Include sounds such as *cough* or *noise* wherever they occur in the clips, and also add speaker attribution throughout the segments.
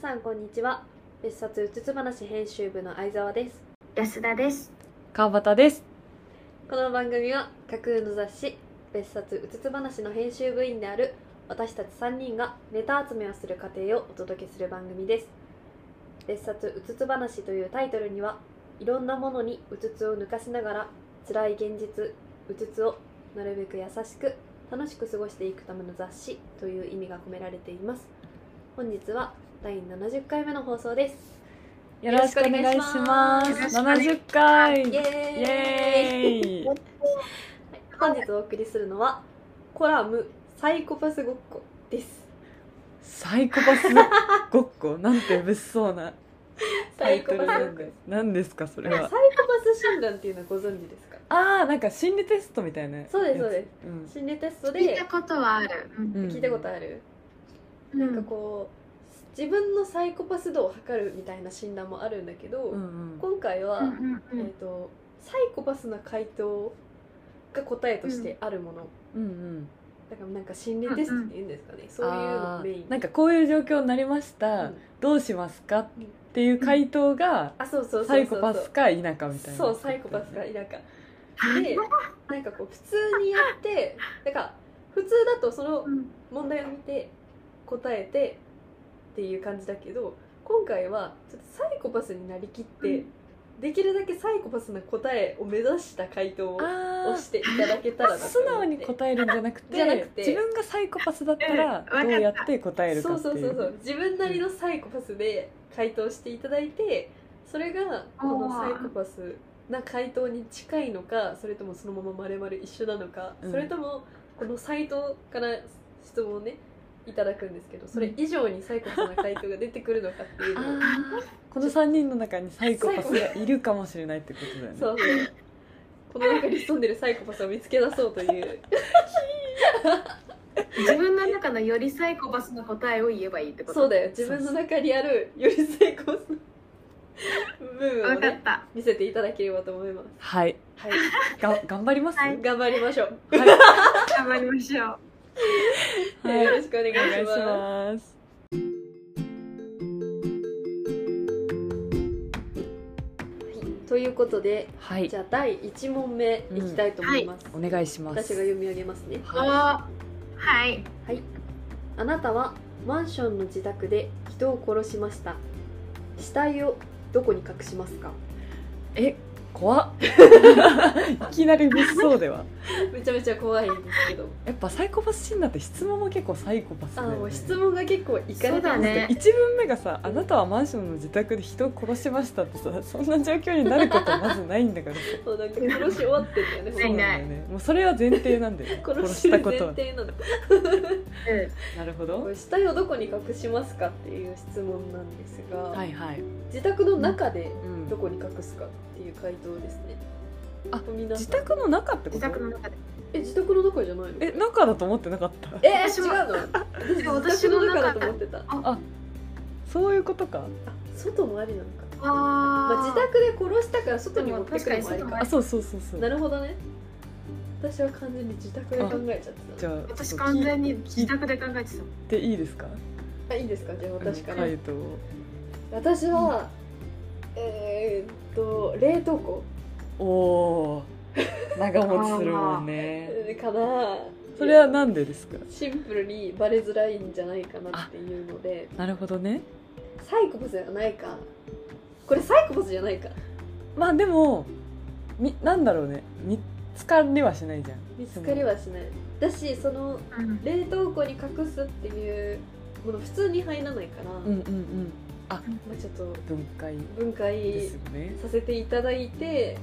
Speaker 1: さんこんにちは別冊うつつ話編集部の相沢です
Speaker 2: 安田です。
Speaker 3: 川端です。
Speaker 1: この番組は架空の雑誌別冊うつつ話の編集部員である私たち3人がネタ集めをする過程をお届けする番組です別冊うつつ話というタイトルにはいろんなものにうつつを抜かしながら辛い現実うつつをなるべく優しく楽しく過ごしていくための雑誌という意味が込められています本日は第70回目の放送です
Speaker 3: よろしくお願いします。
Speaker 2: よろしくお願いします
Speaker 3: 70回
Speaker 1: イエーイ
Speaker 3: イエーイ
Speaker 1: 本日お送りするのはコラムサイコパスごっこです
Speaker 3: サイコパスごっこなんて物騒なタイトルな
Speaker 1: サイ
Speaker 3: んで。何ですかそれ
Speaker 1: コパ
Speaker 3: は
Speaker 1: ス。診断っていうのはご存知ですか
Speaker 3: ああ、なんか心理テストみたいなやつ。。
Speaker 1: そうですそうです
Speaker 3: うん
Speaker 1: 心理テスト
Speaker 2: 聞い
Speaker 1: で
Speaker 2: たことはある。うん
Speaker 3: うん
Speaker 1: 聞いたことある、
Speaker 2: な
Speaker 1: なんかこう自分のサイコパス度を測るみたいな診断もあるんだけど、
Speaker 3: うんうん
Speaker 1: 今回は、
Speaker 2: うんうんう
Speaker 1: え
Speaker 2: ん
Speaker 1: ー、とサイコパスな回答が答えとしてあるもの、
Speaker 3: うんうん。
Speaker 1: だからなんか心理テストっていうんですかね、そういうの
Speaker 3: あ
Speaker 1: をメイ
Speaker 3: ー
Speaker 1: ン
Speaker 3: なんかこういう状況になりまし
Speaker 1: う
Speaker 3: た
Speaker 1: ん。
Speaker 3: どうしますかっていう回答が
Speaker 1: あそうそうそうそう
Speaker 3: サイコパスか否かみたいな。
Speaker 1: そうサイコパスか否かでなんかこう普通にやってだから普通だとその
Speaker 2: うん
Speaker 1: 問題を見て答えてっていう感じだけど今回はちょっとサイコパスになりきって、
Speaker 2: うん
Speaker 1: できるだけサイコパスな答えを目指した回答を
Speaker 3: あー
Speaker 1: していただけたらなと思って
Speaker 3: 素直に答えるんじゃなくて
Speaker 1: じゃなくて
Speaker 3: 自分がサイコパスだったら
Speaker 2: うん
Speaker 3: どうやって答えるか
Speaker 1: そう
Speaker 3: っ
Speaker 1: そ
Speaker 3: ていうう
Speaker 1: そうそう自分なりのサイコパスで回答していただいてそれがこのサイコパスな回答に近いのかそれともそのまま丸々一緒なのか、
Speaker 3: うん
Speaker 1: それともこのサイトから質問をねいただくんですけどそれ以上にサイコパスな回答が出てくるのかっていう
Speaker 3: あ
Speaker 1: のを、
Speaker 3: ーこの3人の中にサイコパスがいるかもしれないってことだよね
Speaker 1: そうそうこの中に潜んでるサイコパスを見つけ出そうという
Speaker 2: 自分の中のよりサイコパスの答えを言えばいいってこと。
Speaker 1: そうだよ自分の中にあるよりサイコパスの部分
Speaker 2: わ
Speaker 1: を
Speaker 2: かっ
Speaker 1: ね
Speaker 2: た。
Speaker 1: 見せていただければと思います。
Speaker 3: はい
Speaker 1: はい
Speaker 3: が頑張ります、
Speaker 2: はい
Speaker 1: 頑張りましょう。
Speaker 2: 頑張りましょ
Speaker 1: *laughs*
Speaker 2: う。
Speaker 3: はい
Speaker 1: よろしくお願いし
Speaker 3: お願いし
Speaker 1: ま
Speaker 3: ます
Speaker 1: す。ということで、
Speaker 3: はい
Speaker 1: じゃあ第一問目いきたいと思います。
Speaker 3: お願いします
Speaker 1: 私が読み上げますね。
Speaker 2: お
Speaker 3: はい
Speaker 2: はい。
Speaker 1: はい。あなたはマンションの自宅で人を殺しました。死体をどこに隠しますか？
Speaker 3: え *laughs* 怖っいきなり物騒では
Speaker 1: めちゃめちゃ怖いんですけど。
Speaker 3: やっぱサイコパス診断って質問も結構サイコパス
Speaker 1: あ
Speaker 3: だよね
Speaker 1: もう質問が結構いかれて
Speaker 2: そうだ
Speaker 1: ます
Speaker 2: ね。
Speaker 3: 1文目がさ「あなたはマンションの自宅で人を殺しました」ってさそんな状況になることまずないんだからさ
Speaker 1: そうなんか殺し終わってんだよ
Speaker 2: な
Speaker 3: そ
Speaker 2: いう
Speaker 1: ね。
Speaker 3: なんだよねもうそれは前提なんだよ
Speaker 1: *laughs*
Speaker 3: ね
Speaker 1: 殺
Speaker 3: 殺
Speaker 1: し
Speaker 3: してた
Speaker 1: る
Speaker 3: こ
Speaker 1: 前
Speaker 3: とは
Speaker 1: 提なの。
Speaker 3: なるほ
Speaker 1: こ
Speaker 3: ど
Speaker 1: れ死体をどこに隠しますかっていう質問なんですが、
Speaker 3: はいはい、
Speaker 1: 自宅の中で
Speaker 3: うん
Speaker 1: どこに隠すかっていう回答ですね。
Speaker 3: あ
Speaker 1: 皆さ
Speaker 3: 自
Speaker 1: ん
Speaker 3: 宅の中ってこ
Speaker 2: 自
Speaker 3: と
Speaker 2: 宅の中で。
Speaker 1: え自宅の中じゃないの？
Speaker 3: え中だと思ってなかった
Speaker 1: え
Speaker 2: 私
Speaker 1: 違
Speaker 2: も
Speaker 1: うの？
Speaker 2: 私の
Speaker 1: 自宅
Speaker 2: 中だ
Speaker 1: だと思ってた。あ
Speaker 3: そういうことか
Speaker 1: 外もありなのか。
Speaker 2: あ
Speaker 1: まあ自宅で殺したから外に持ってくるのもあり
Speaker 2: でも確かに外も
Speaker 1: か。
Speaker 2: あ
Speaker 3: あそうそうそうそう
Speaker 1: なるほどね。私は完全に自宅で考えちゃって
Speaker 3: じ
Speaker 1: た。
Speaker 3: ゃあ
Speaker 2: 私
Speaker 3: ちょっと
Speaker 2: 完全に
Speaker 3: 聞
Speaker 2: 自
Speaker 3: い聞い
Speaker 2: 宅で考えてた。
Speaker 3: ていいですか
Speaker 1: あいいですかじゃあ私か
Speaker 3: あ
Speaker 1: ら。
Speaker 3: の回答を
Speaker 1: 私は、えーっと冷凍庫
Speaker 3: おー長持ちするもんね
Speaker 1: かな。
Speaker 3: それはなんでですか
Speaker 1: シンプルにバレづらいんじゃないかなっていうので
Speaker 3: なるほどね
Speaker 1: サイコパスじゃないかこれサイコパスじゃないか
Speaker 3: まあでもみなんだろうね見つかりはしないじゃん
Speaker 1: 見つかりはしないだしその
Speaker 2: うん。
Speaker 1: 冷凍庫に隠すっていうもの普通に入らないから、
Speaker 3: うんうん
Speaker 1: ま
Speaker 3: うん
Speaker 1: あ、ちょっと
Speaker 3: 分解
Speaker 1: 分
Speaker 3: で
Speaker 1: 解
Speaker 3: すよね
Speaker 1: させていただいて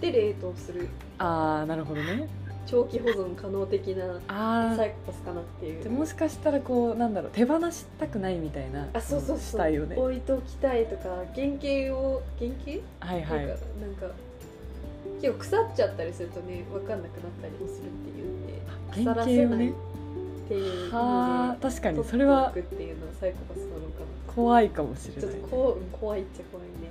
Speaker 1: で冷凍する
Speaker 3: ああなるほどね
Speaker 1: 長期保存可能的な
Speaker 3: あ
Speaker 1: サ
Speaker 3: あ
Speaker 1: イコパスかなってい
Speaker 3: で
Speaker 1: う
Speaker 3: もしかしたらこうなんだろう手放したくないみたいな
Speaker 1: あそうそうそう
Speaker 3: 死体をね
Speaker 1: 置いときたいとか原型を原型
Speaker 3: はい
Speaker 1: な
Speaker 3: は
Speaker 1: んか
Speaker 3: い
Speaker 1: なんか結構腐っちゃったりするとね分かんなくなったりもするっていうんで
Speaker 3: 原
Speaker 1: 腐
Speaker 3: 型
Speaker 1: ら
Speaker 3: を
Speaker 1: せないっ
Speaker 3: ね
Speaker 1: ていう
Speaker 3: は
Speaker 1: の
Speaker 3: あ確か
Speaker 1: で
Speaker 3: にそれは
Speaker 1: 取っておくっていうのはサイコパスなのかな
Speaker 3: 怖いかもしれ
Speaker 1: ちょ
Speaker 3: な
Speaker 1: っ
Speaker 3: い
Speaker 1: とこう怖いっちゃ怖いね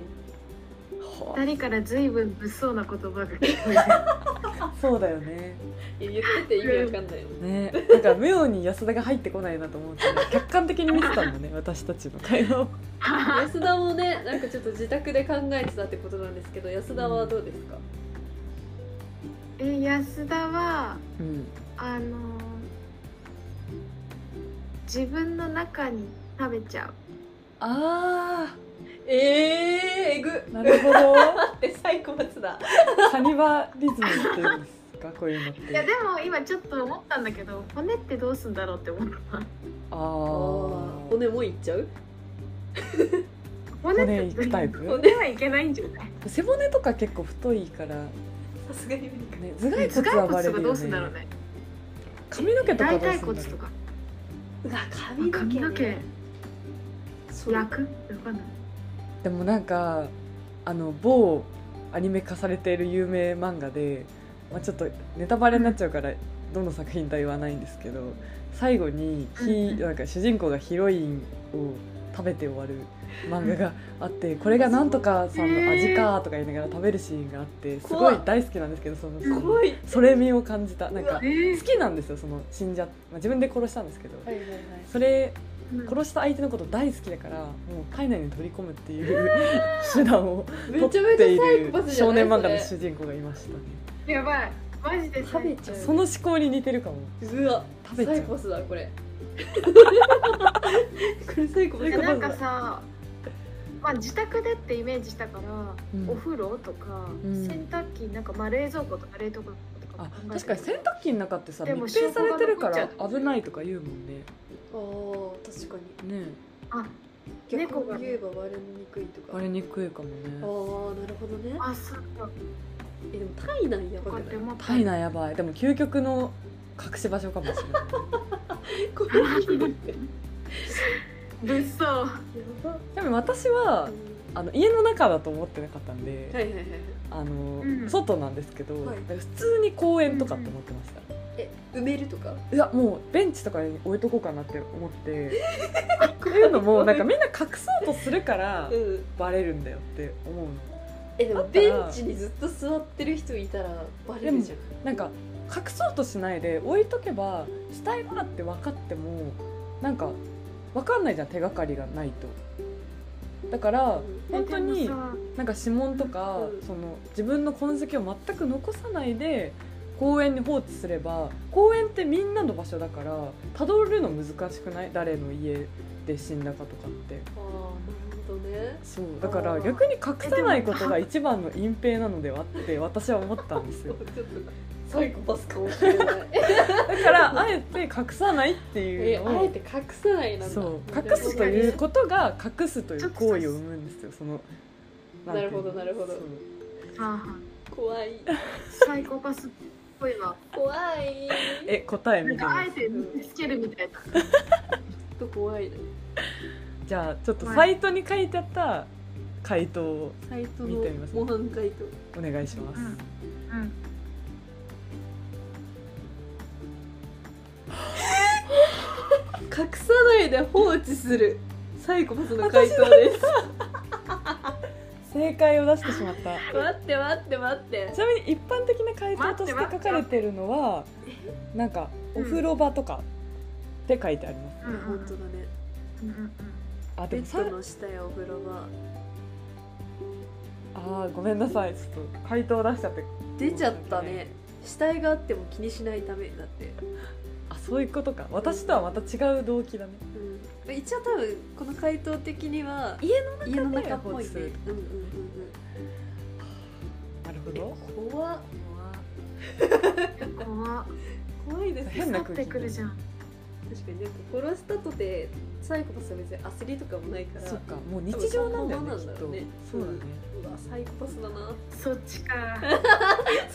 Speaker 3: 怖
Speaker 2: 二人からずいぶん物騒な言葉が聞こえる
Speaker 3: そうだよね
Speaker 1: 言ってて意味わかん
Speaker 3: *laughs*
Speaker 1: ないよね
Speaker 3: ねなんか妙に安田が入ってこないなと思って
Speaker 1: *laughs*
Speaker 3: 客観的に見てたんだね私たちの会話を
Speaker 1: *laughs* 安田もねなんかちょっと自宅で考えてたってことなんですけど安田はどうですか、
Speaker 2: え安田は
Speaker 3: うん
Speaker 2: あの自分の中に食べちゃう
Speaker 3: あ
Speaker 1: ええー、え
Speaker 3: ー
Speaker 1: ぐ
Speaker 3: なるほど
Speaker 1: えサイコパスだ
Speaker 3: カニバリズムっていうんですかこういうのって
Speaker 2: いやでも今ちょっと思ったんだけど骨ってどうすんだろうって思った
Speaker 3: あ
Speaker 1: あ
Speaker 3: ー
Speaker 1: 骨もういっちゃう
Speaker 2: 骨
Speaker 3: 骨いくタイプ
Speaker 2: 骨はいけないんじゃない
Speaker 3: 背骨とか結構太いから、ね、
Speaker 1: さすがに無理か
Speaker 2: 頭
Speaker 3: 頭蓋骨は
Speaker 2: 蓋
Speaker 3: バ
Speaker 2: 骨
Speaker 3: レ
Speaker 2: とか
Speaker 3: る
Speaker 2: ど
Speaker 3: よ
Speaker 2: うすんだろう
Speaker 3: ね
Speaker 2: ね
Speaker 3: 髪の毛とかど
Speaker 2: 大
Speaker 3: うすん
Speaker 2: 腿
Speaker 3: だろう
Speaker 2: 骨とか
Speaker 1: うわ髪の毛、ね、
Speaker 2: 髪の毛
Speaker 1: そう
Speaker 2: 焼くわかんない
Speaker 3: でもなんかあの某アニメ化されている有名漫画で、まあ、ちょっとネタバレになっちゃうからどの作品とは言わないんですけど最後にひ
Speaker 2: うん
Speaker 3: なんか主人公がヒロインを食べて終わる漫画があってこれがなんとかさんの味かとか言いながら食べるシーンがあってすご
Speaker 1: 怖
Speaker 3: い
Speaker 1: っ
Speaker 3: 大好きなんですけどその
Speaker 1: 怖い
Speaker 3: それ味を感じたなんか
Speaker 1: う
Speaker 3: 好きなんですよその死んじゃ、まあ、自分で殺したんですけど
Speaker 1: はいはいはい
Speaker 3: それ
Speaker 2: うん
Speaker 3: 殺した相手のこと大好きだからもう体内に取り込むっていう手段を取
Speaker 1: め
Speaker 3: っ
Speaker 1: ちゃめちゃ
Speaker 3: てい
Speaker 1: サイ
Speaker 3: る
Speaker 1: コパスじゃ
Speaker 3: 少
Speaker 1: ない
Speaker 3: 年漫画の
Speaker 1: そ
Speaker 3: 主人公がいましたね
Speaker 2: やばいマジで
Speaker 1: れ食べちゃ
Speaker 3: そうの思考に似てるかも
Speaker 1: うわ
Speaker 3: 食べちゃ
Speaker 1: サ
Speaker 3: う
Speaker 1: イコパスだこれ *laughs* これサイコパス
Speaker 2: いや
Speaker 1: だ
Speaker 2: なんかさまあ自宅でってイメージしたから、
Speaker 3: うん
Speaker 2: お風呂とか、
Speaker 3: うん
Speaker 2: 洗濯機なんかまあ冷蔵庫とか冷凍庫とかも
Speaker 3: あ
Speaker 2: 考えて
Speaker 3: 確かに洗濯機の中ってさ
Speaker 2: で
Speaker 3: 密
Speaker 2: も
Speaker 3: 閉されてるか
Speaker 2: 証拠が
Speaker 3: ら
Speaker 2: 残っちゃう
Speaker 3: 危ないとか言うもんね
Speaker 1: あー確かに
Speaker 3: ね
Speaker 2: あ
Speaker 1: 猫
Speaker 2: 猫
Speaker 1: が
Speaker 2: が
Speaker 1: 言えば割れにくいとか
Speaker 3: バレにくいかも
Speaker 1: あ
Speaker 3: ね
Speaker 1: ーなるほどね
Speaker 2: あそうか
Speaker 1: えでも体内や
Speaker 2: と
Speaker 1: ばく
Speaker 2: かって
Speaker 1: ない
Speaker 2: 思った
Speaker 3: 体内やばいでも究極の隠し場所かもしれない
Speaker 1: これや
Speaker 2: 物騒
Speaker 1: ば
Speaker 3: でも私はあの家の中だと思ってなかったんで、
Speaker 1: はいはいはい
Speaker 3: あの、
Speaker 2: うん
Speaker 3: 外なんですけど、
Speaker 1: はい
Speaker 3: なんか普通に公園とかって思ってました、
Speaker 1: え埋めるとか
Speaker 3: いやもうベンチとかに置いとこうかなって思って
Speaker 1: *laughs*
Speaker 3: こういうのもなんかみんな隠そうとするから
Speaker 1: うん
Speaker 3: バレるんだよって思うの
Speaker 1: えで
Speaker 3: あ
Speaker 1: も
Speaker 3: った
Speaker 1: ベ
Speaker 3: ら
Speaker 1: ンチにずっと座ってる人いたらバレるじゃん
Speaker 3: なんか隠そうとしないで置いとけば死体だって分かってもなんか分かんないじゃん手がかりがないとだから本当に
Speaker 2: でもさ
Speaker 3: なんか指紋とか、
Speaker 1: うん
Speaker 3: その自分の痕跡を全く残さないで公園に放置すれば公園ってみんなの場所だからたどるの難しくない誰の家で死んだかとかって
Speaker 1: ああなるほどね
Speaker 3: そうだか
Speaker 2: あ
Speaker 3: ら
Speaker 2: ー
Speaker 3: 逆に隠さないこと
Speaker 2: えで
Speaker 3: が
Speaker 2: も
Speaker 3: 一番の隠蔽なのでは
Speaker 1: *laughs*
Speaker 3: って私は思ったんです
Speaker 1: ちょ
Speaker 3: よ
Speaker 1: っとサイコパスかもしれない
Speaker 3: だからあえて隠さないって
Speaker 1: *laughs*
Speaker 3: い
Speaker 1: え
Speaker 3: う
Speaker 1: あ
Speaker 3: の
Speaker 1: え
Speaker 3: を
Speaker 1: て隠さないなんだ
Speaker 3: そう
Speaker 1: なるほど
Speaker 3: 隠すということが隠すという行為を生むんですよそのんていうの
Speaker 1: なるほどなるほど
Speaker 3: そう
Speaker 2: ああ
Speaker 1: 怖い
Speaker 2: サイコパスっぽいわ
Speaker 1: 怖 *laughs* い
Speaker 3: え答え
Speaker 2: な
Speaker 3: 見
Speaker 2: ん
Speaker 3: てみ
Speaker 2: かあ
Speaker 3: ま
Speaker 2: え
Speaker 3: す
Speaker 2: て見つけるみたい
Speaker 1: ちょ
Speaker 2: な
Speaker 1: っと怖いね
Speaker 3: じゃあちょっとサイトに書いてあった回答を
Speaker 1: サイトの
Speaker 3: 見てみます
Speaker 1: 模範解答
Speaker 3: お願いします、
Speaker 2: うん
Speaker 1: 隠さないで放置するサイコパスの回答です
Speaker 3: 正解を出してしまった
Speaker 1: 待って待って待って
Speaker 3: ちなみに一般的な回答として書かれてるのはなんか「お風呂場」とかって書いてあります、
Speaker 2: うんうん
Speaker 1: 本当だね
Speaker 2: うんうん
Speaker 3: あ
Speaker 1: ベ
Speaker 3: で
Speaker 1: ッ
Speaker 3: もさ
Speaker 1: ドの下やお風呂場
Speaker 3: あーごめんなさいちょっと回答出しちゃって
Speaker 1: 出ちゃったね死体があっても気にしないためだって、
Speaker 3: あそういうことか私とはまた違う動機だね
Speaker 1: うん、一応多分この回答的には家の中家の中っぽいね
Speaker 3: 放置する
Speaker 1: うんうん
Speaker 3: なるほ
Speaker 1: うん
Speaker 3: ど
Speaker 1: うん怖っ
Speaker 2: うん怖っ
Speaker 1: 怖いですね
Speaker 3: 変な
Speaker 2: 腐
Speaker 3: 空
Speaker 2: っ
Speaker 3: 気
Speaker 2: てくるじゃん
Speaker 1: 確かにね殺したとてサイコパスは別に焦りとかもないから
Speaker 3: そっかもう日常なんだよ
Speaker 1: 多分そのまま
Speaker 3: ねきっ
Speaker 1: なんだろ
Speaker 3: と
Speaker 1: うね
Speaker 3: そうだね
Speaker 1: うわサイコパスだな
Speaker 2: そっちか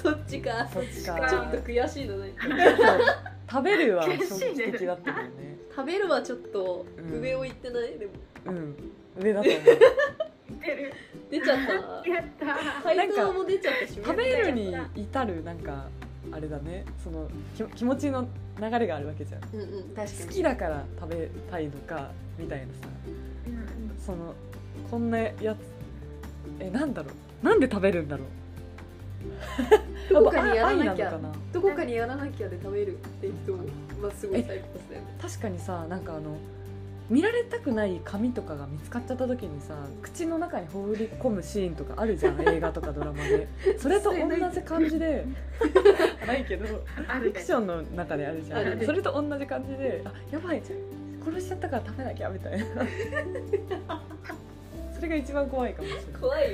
Speaker 1: そっちか
Speaker 3: そっち
Speaker 1: ちょ
Speaker 3: か
Speaker 1: っと悔しいのね
Speaker 3: そう食べるは衝
Speaker 2: 悔しいね
Speaker 3: 撃的だったもんね
Speaker 1: 食べるはちょっと
Speaker 3: うん
Speaker 1: 上を行ってない、でも
Speaker 3: うん上だと思う
Speaker 2: 似てる
Speaker 1: 出ちゃった
Speaker 2: やったー
Speaker 1: 回答も出ちゃったし
Speaker 3: 食べるに至るなんかあれだねそのき気持ちの流れがあるわけじゃん
Speaker 1: うんうん確かに
Speaker 3: 好きだから食べたいのかみたいなさ
Speaker 2: うんうん
Speaker 3: そのこんなやつえなんだろうなんで食べるんだろう
Speaker 1: *laughs* どこかにやらなき
Speaker 3: あ
Speaker 1: ゃ
Speaker 3: 愛のかな
Speaker 1: どこかにやらなきゃで食べるって人はすごいサイコパスだよね
Speaker 3: 確かにさなんかあの見られたくない紙とかが見つかっちゃった時にさ口の中に放り込むシーンとかあ
Speaker 1: *laughs*
Speaker 3: るじゃん映画とかドラマでそれと同じ感じでないけどフ
Speaker 2: ある
Speaker 3: ィ
Speaker 2: ね
Speaker 3: クションの中であるじゃ
Speaker 1: ある
Speaker 3: ん
Speaker 1: ね
Speaker 3: それと同じ感じであやばい殺しちゃったから食べなきゃみたい
Speaker 1: *laughs*
Speaker 3: なそれが一番怖いかもしれない
Speaker 1: 怖いよ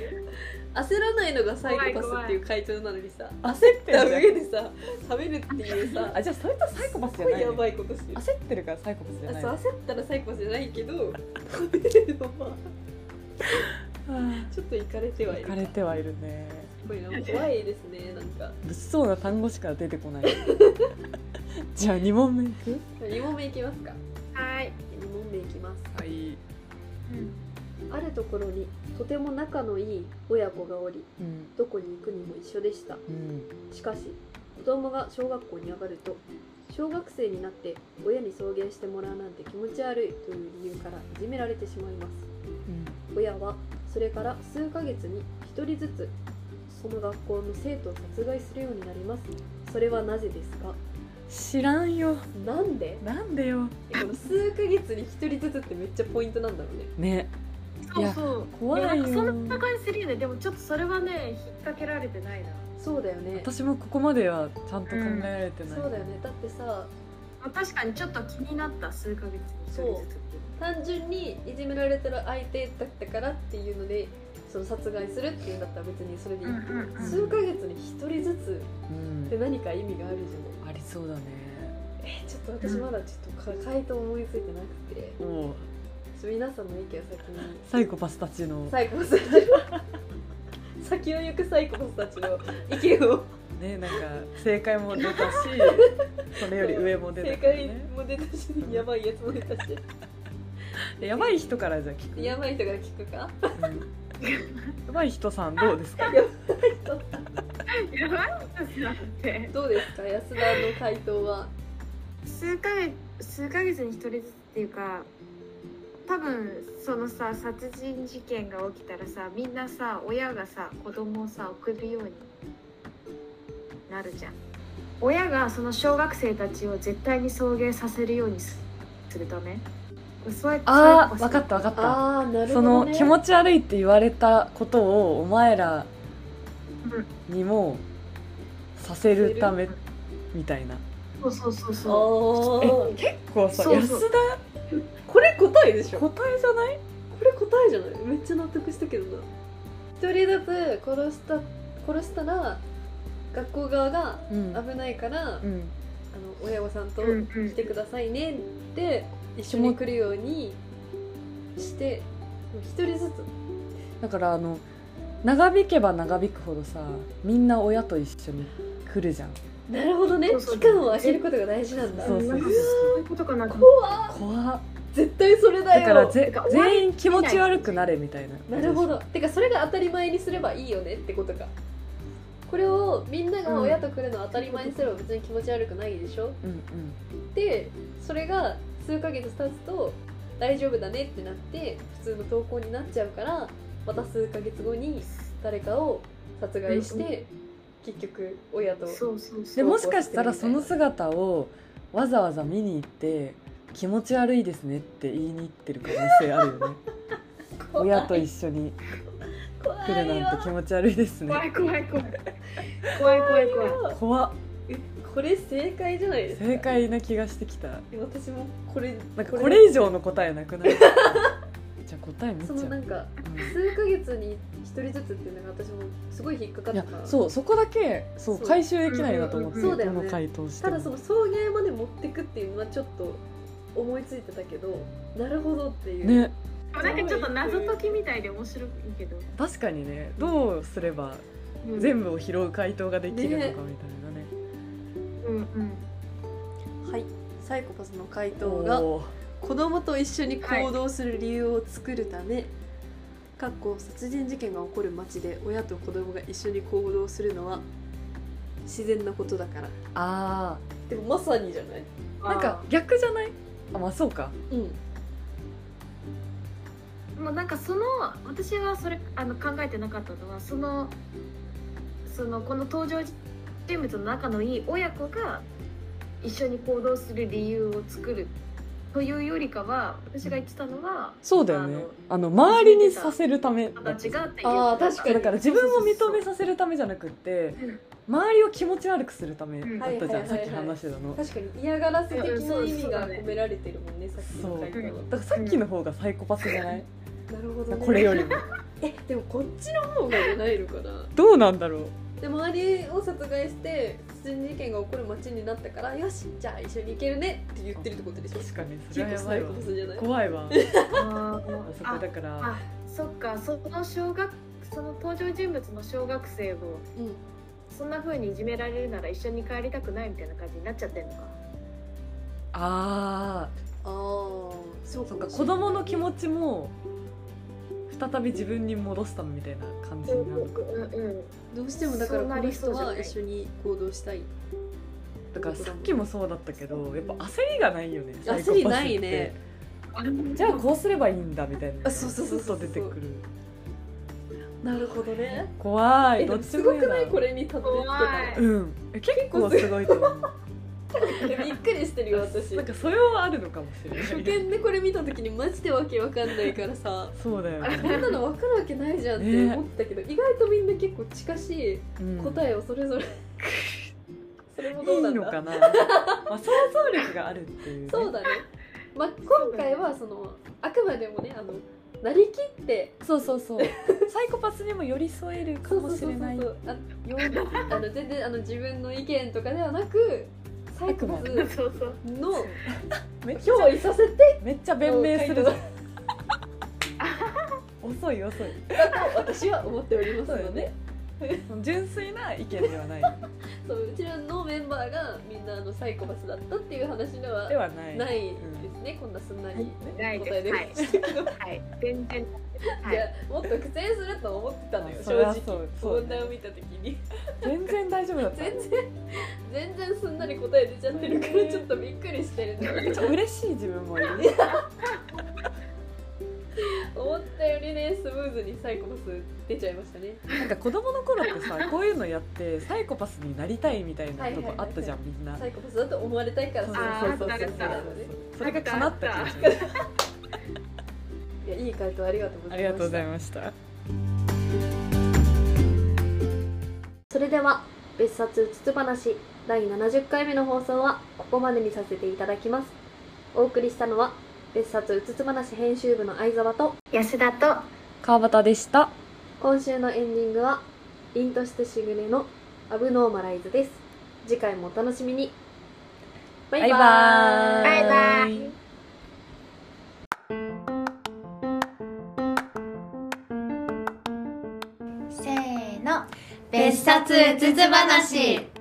Speaker 1: 焦らないのがサイコパスっていう会長なのにさ
Speaker 3: 焦って
Speaker 1: た
Speaker 3: るじゃん
Speaker 1: 上でさ食べるっていうさ
Speaker 3: *laughs* あじゃあそれとサイコパス
Speaker 1: す
Speaker 3: じゃ
Speaker 1: ご
Speaker 3: な
Speaker 1: い
Speaker 3: いね、
Speaker 1: やばいことしてる
Speaker 3: 焦ってるからサイコパスじゃ
Speaker 1: あ
Speaker 3: ない
Speaker 1: そう
Speaker 3: ね
Speaker 1: 焦ったらサイコパスじゃないけど食べるのは
Speaker 3: は
Speaker 1: ちょっといかれて
Speaker 3: あ
Speaker 1: はい
Speaker 3: 行
Speaker 1: る
Speaker 3: かれてはいるね
Speaker 1: すごいな怖いですねなんか
Speaker 3: *laughs* 物騒な単語しか出てこ *laughs* ないじゃあ2問目いく
Speaker 1: 2問目いきますか
Speaker 2: はい、
Speaker 1: 2問目いきます
Speaker 3: はい、
Speaker 2: うん
Speaker 1: あるところにとても仲のいい親子がおり
Speaker 3: うん
Speaker 1: どこに行くにも一緒でした
Speaker 3: うん、
Speaker 1: しかし子供が小学校に上がると小学生になって親に送迎してもらうなんて気持ち悪いという理由からいじめられてしまいます親はそれから数ヶ月に1人ずつその学校の生徒を殺害するようになりますそれはなぜですか
Speaker 3: 知らんよ
Speaker 1: なんで
Speaker 3: なんでよ
Speaker 1: えこの数ヶ月に1人ずつってめっちゃポイントなんだろうね
Speaker 3: ねい
Speaker 2: そう
Speaker 3: や
Speaker 2: そう
Speaker 3: 怖いよ
Speaker 2: やなんかそんな感じするよねでもちょっとそれはね引っ掛けられてないな
Speaker 1: そうだよね
Speaker 3: 私もここまではちゃんと考えられてない、
Speaker 1: そうだよねだってさ
Speaker 2: あ確かにちょっと気になった数ヶ月に一人ずつっていう
Speaker 1: 単純にいじめられてる相手だったからっていうのでその殺害するっていうんだったら別にそれでいい、
Speaker 2: うんうんうん
Speaker 1: 数ヶ月に1人ずつ
Speaker 3: う
Speaker 1: って
Speaker 3: ん、
Speaker 1: 何か意味があるじゃ
Speaker 3: ありそうだね
Speaker 1: ないえちょっと私まだちょっとか回答思いついてなくて
Speaker 3: おおう
Speaker 1: ちょ皆さんの意見を先に
Speaker 3: サイコパスたちの
Speaker 1: サイコパスたちの先を行くサイコパスたちの意見を
Speaker 3: ねなんか正解も *laughs* 出たしそれより上も出
Speaker 1: 正
Speaker 3: たから
Speaker 1: 解
Speaker 3: ね
Speaker 1: も出たしやばいやつも出たし
Speaker 3: やばい人からじゃあ聞く
Speaker 1: やばい人から聞くか
Speaker 3: うんやばい人さんどうですか
Speaker 2: やばいですなんて
Speaker 1: どうですか安田の回答は
Speaker 2: 数ヶ月数ヶ月に一人ずつっていうか多分そのさ殺人事件が起きたらさみんなさ親がさ子供をさ送るようになるじゃん親がその小学生たちを絶対に送迎させるようにすするためそうやって
Speaker 3: ああ分かった分かった
Speaker 1: ああな
Speaker 3: その気持
Speaker 1: ち
Speaker 3: ち悪いって言われたことをお前らにもさせるためみたいな
Speaker 2: そうそうそうそう
Speaker 1: ああ
Speaker 3: 結構さ
Speaker 2: そうそう
Speaker 3: 安田
Speaker 1: これ答えでしょこ
Speaker 3: 答えじゃない
Speaker 1: れ答えじゃないめっちゃ納得したけどな一人ずつ殺した殺したら学校側が
Speaker 3: うん、
Speaker 1: 危ないから、あ
Speaker 3: う
Speaker 1: の
Speaker 3: ん、
Speaker 1: 親御さんと
Speaker 2: うんうん
Speaker 1: 来てくださいねって一緒に来るようにして一人ずつ
Speaker 3: だからあの長引けば長引くほどさみんな親と一緒に来るじゃん
Speaker 1: なるほどね
Speaker 2: そうそう
Speaker 1: 期間を空けることが大事なんだ
Speaker 3: そう
Speaker 2: なんかそういうことかなと思っ
Speaker 1: 怖っ
Speaker 3: 怖っ
Speaker 1: 絶対それだ
Speaker 3: だ
Speaker 1: よ
Speaker 3: からぜ
Speaker 2: てか
Speaker 3: 全員気持ち悪くなれみたいな
Speaker 1: なるほどてかそれが当たり前にすればいいよねってことかこれをみんなが親と来るのを当たり前にすれば別に気持ち悪くないでしょ
Speaker 3: うんうん
Speaker 1: でそれが数ヶ月経つと大丈夫だねってなって普通の投稿になっちゃうからまた数ヶ月後に誰かを殺害して結局親
Speaker 2: た
Speaker 1: と
Speaker 2: そうそうそう
Speaker 3: でもしかしたらその姿をわざわざ見に行って気持ち悪いですねって言いに行ってる可能性あ
Speaker 1: *laughs*
Speaker 3: るよね親と一緒に
Speaker 1: 怖
Speaker 3: 来る
Speaker 1: い
Speaker 3: なん
Speaker 1: わ
Speaker 3: て気持ち悪いです
Speaker 2: 怖
Speaker 3: ね
Speaker 2: い怖い怖い怖い怖い怖い
Speaker 3: 怖っ
Speaker 1: これ正解じゃないですか
Speaker 3: 正解な気がしてきた
Speaker 1: 私もこれ
Speaker 3: なんかこれ以上の答えなくない
Speaker 1: *laughs*
Speaker 3: じゃあ答え見ちゃ
Speaker 1: そうのなんか数ヶ月に一人ずつっていうのが私もすごい引っかか
Speaker 3: うんい
Speaker 1: った
Speaker 3: や
Speaker 1: から
Speaker 3: そうそこだけそう
Speaker 1: そう
Speaker 3: 回収できないなと思って
Speaker 2: うんうん
Speaker 1: そ
Speaker 2: うん
Speaker 1: うだよね
Speaker 3: どの回答して
Speaker 1: た
Speaker 3: も
Speaker 1: だその送迎まで持ってくっていうのはちょっと思いついてたけどなるほどっていう、
Speaker 3: ね
Speaker 2: でもなんかちょっと謎解きみたいで面白いけど、
Speaker 3: 確かにねどうすれば
Speaker 2: うん、
Speaker 3: 全部を拾う回答ができるのかみたいなね
Speaker 2: うんうん
Speaker 1: はいサイコパスの回答が
Speaker 3: おー
Speaker 1: 子供と一緒に行動する理由を作るため、かっこ殺人事件が起こる街で親と子供が一緒に行動するのは自然なことだから
Speaker 3: あ
Speaker 1: でもまさにじゃない
Speaker 3: ーなんか逆じゃないあまあそうか
Speaker 1: うん
Speaker 2: もうなんかその私はそれあの考えてなかったのはそのそのこの登場人物の仲のいい親子が一緒に行動する理由を作るというよりかは私が言ってたのは
Speaker 3: そうだよねあの周りにさせるため
Speaker 2: あの形がっていう
Speaker 1: あー確か
Speaker 3: そう
Speaker 1: に
Speaker 3: だから自分を認め
Speaker 2: さ
Speaker 3: させるためじゃなくって
Speaker 2: うん
Speaker 3: 周りを気持ち悪くするため
Speaker 2: うん
Speaker 3: だったじゃ
Speaker 1: はいはいはいはい
Speaker 3: んさっき話してたのだ
Speaker 1: 確かに嫌がらせ的
Speaker 2: うん
Speaker 1: な
Speaker 2: そう
Speaker 1: 意味
Speaker 2: そうだ
Speaker 1: が
Speaker 2: ね
Speaker 1: 込められてるもんねさっきの会話は
Speaker 3: からさっきの方がサイコパスじゃない
Speaker 1: なるほどね
Speaker 3: これよりも
Speaker 1: えでもこっちの方がじゃないのかな
Speaker 3: どうなんだろう
Speaker 1: で周りを殺害して殺人事件が起こる街になったからよしじゃあ一緒に行けるねって言ってるってことでしょ
Speaker 3: 確かにそれは
Speaker 1: 結構
Speaker 3: や
Speaker 1: 最
Speaker 3: ばいわ
Speaker 1: 高じゃない
Speaker 3: 怖いわあそこ
Speaker 2: あ
Speaker 3: だから
Speaker 2: あそっかその小学その登場人物の小学生を
Speaker 1: うん
Speaker 2: そんな風にいじめられるなら一緒に帰りたくないみたいな感じになっちゃってんのか
Speaker 1: あ
Speaker 3: あ
Speaker 1: あそう
Speaker 3: ーそっか子供の気持ちも再び自分に戻すためみたいな感じになるのか
Speaker 2: うんうん
Speaker 1: どうしてもだから
Speaker 2: そう
Speaker 1: こ
Speaker 2: な
Speaker 1: の
Speaker 2: りそ
Speaker 1: 人
Speaker 2: うじゃな
Speaker 1: はい一緒に行動したい
Speaker 3: だからさっきもそうだったけどやっぱ焦りがないよね
Speaker 1: 焦り
Speaker 3: サイコパスって
Speaker 1: ないね
Speaker 3: じゃあこうすればいいんだみたいな
Speaker 1: あそうそうそうそう
Speaker 3: ずっと出てくる
Speaker 1: なるほどね
Speaker 3: 怖
Speaker 1: え
Speaker 3: い
Speaker 1: で
Speaker 3: どっ
Speaker 1: も
Speaker 3: ち
Speaker 1: す
Speaker 3: も
Speaker 1: ご
Speaker 3: 嫌
Speaker 1: くない
Speaker 3: だ
Speaker 1: これにたどり着け
Speaker 2: 怖い
Speaker 3: うんえ結構すごいと思う
Speaker 1: たのびっくりしてるよ私
Speaker 3: なんかそれはあるのかもしれ
Speaker 1: 初
Speaker 3: ない
Speaker 1: 見でこれ見た時にマジでわけわかんないからさ
Speaker 3: そうだよ
Speaker 1: こん
Speaker 3: ね
Speaker 1: なの分かるわけないじゃんって思ったけど、意外とみんな結構近しい答
Speaker 3: え
Speaker 1: えをそれぞれ、 *laughs* それもどう
Speaker 3: い
Speaker 1: ないんだ
Speaker 3: のかな、まあ、想像力があるっていう、ね、
Speaker 1: そうだね、まあ、今回はそのあくまでもねあのなりきって
Speaker 3: そうそうそうサイコパスにも寄り添えるかもしれない
Speaker 1: そうそうそうそうあよあの
Speaker 3: *laughs*
Speaker 1: 全然あの自分の意見とかではなくサイコパ
Speaker 2: うん
Speaker 1: ス
Speaker 2: そうそう
Speaker 1: の
Speaker 3: めっちゃ
Speaker 1: 憑依させて
Speaker 3: めっちゃ弁明す
Speaker 1: の
Speaker 3: る *laughs* ぞ
Speaker 1: 回
Speaker 3: 遅い遅い
Speaker 1: 答だと私は思っておりますので
Speaker 3: そ
Speaker 1: そうう,、
Speaker 3: だね純粋な意見ではない
Speaker 1: うちらのメンバーがみんなあのサイコパスだったっていう話では
Speaker 3: ではない
Speaker 1: ないで
Speaker 3: うん
Speaker 1: すね、こんなすんなり、ね
Speaker 2: ない
Speaker 1: 答え
Speaker 2: で
Speaker 1: です
Speaker 2: はいはい全然はいい
Speaker 1: やもっと苦戦すると思ってたのよ
Speaker 3: そ
Speaker 1: 正
Speaker 3: りゃ
Speaker 1: 直
Speaker 3: そうそう
Speaker 1: 問題を見た時に
Speaker 3: 全然大丈夫だった
Speaker 1: 全然全然すんなり答え出ちゃってるか
Speaker 3: ね
Speaker 1: らちょっとびっくりしてるね
Speaker 3: ちょっと嬉しい自分もいる
Speaker 1: 思ったよりねスムーズにサイコパス出ちゃいましたね
Speaker 3: なんか子供の頃って *laughs* さこういうのやってサイコパスになりたいみたいなとこあったじゃんみんな
Speaker 1: サイコパスだと思われたいから
Speaker 3: そう
Speaker 1: さ
Speaker 2: あー
Speaker 3: そうそうそう
Speaker 2: あったあった
Speaker 3: それが叶った気がします
Speaker 1: いやいい回答ありがとうござ
Speaker 3: あ
Speaker 1: いまし
Speaker 3: り
Speaker 1: た
Speaker 3: がとうございました
Speaker 1: それでは別冊うつつ話第70回目の放送はここまでにさせていただきますお送りしたのは別冊うつつ話編集部の相沢と
Speaker 2: 安田と
Speaker 3: 川端でした
Speaker 1: 今週のエンディングは凛としてしぐれのアブノーマライズです次回もお楽しみにバイバーイ
Speaker 3: バイバーイ
Speaker 2: バイバイ
Speaker 4: せーの別冊うつつ話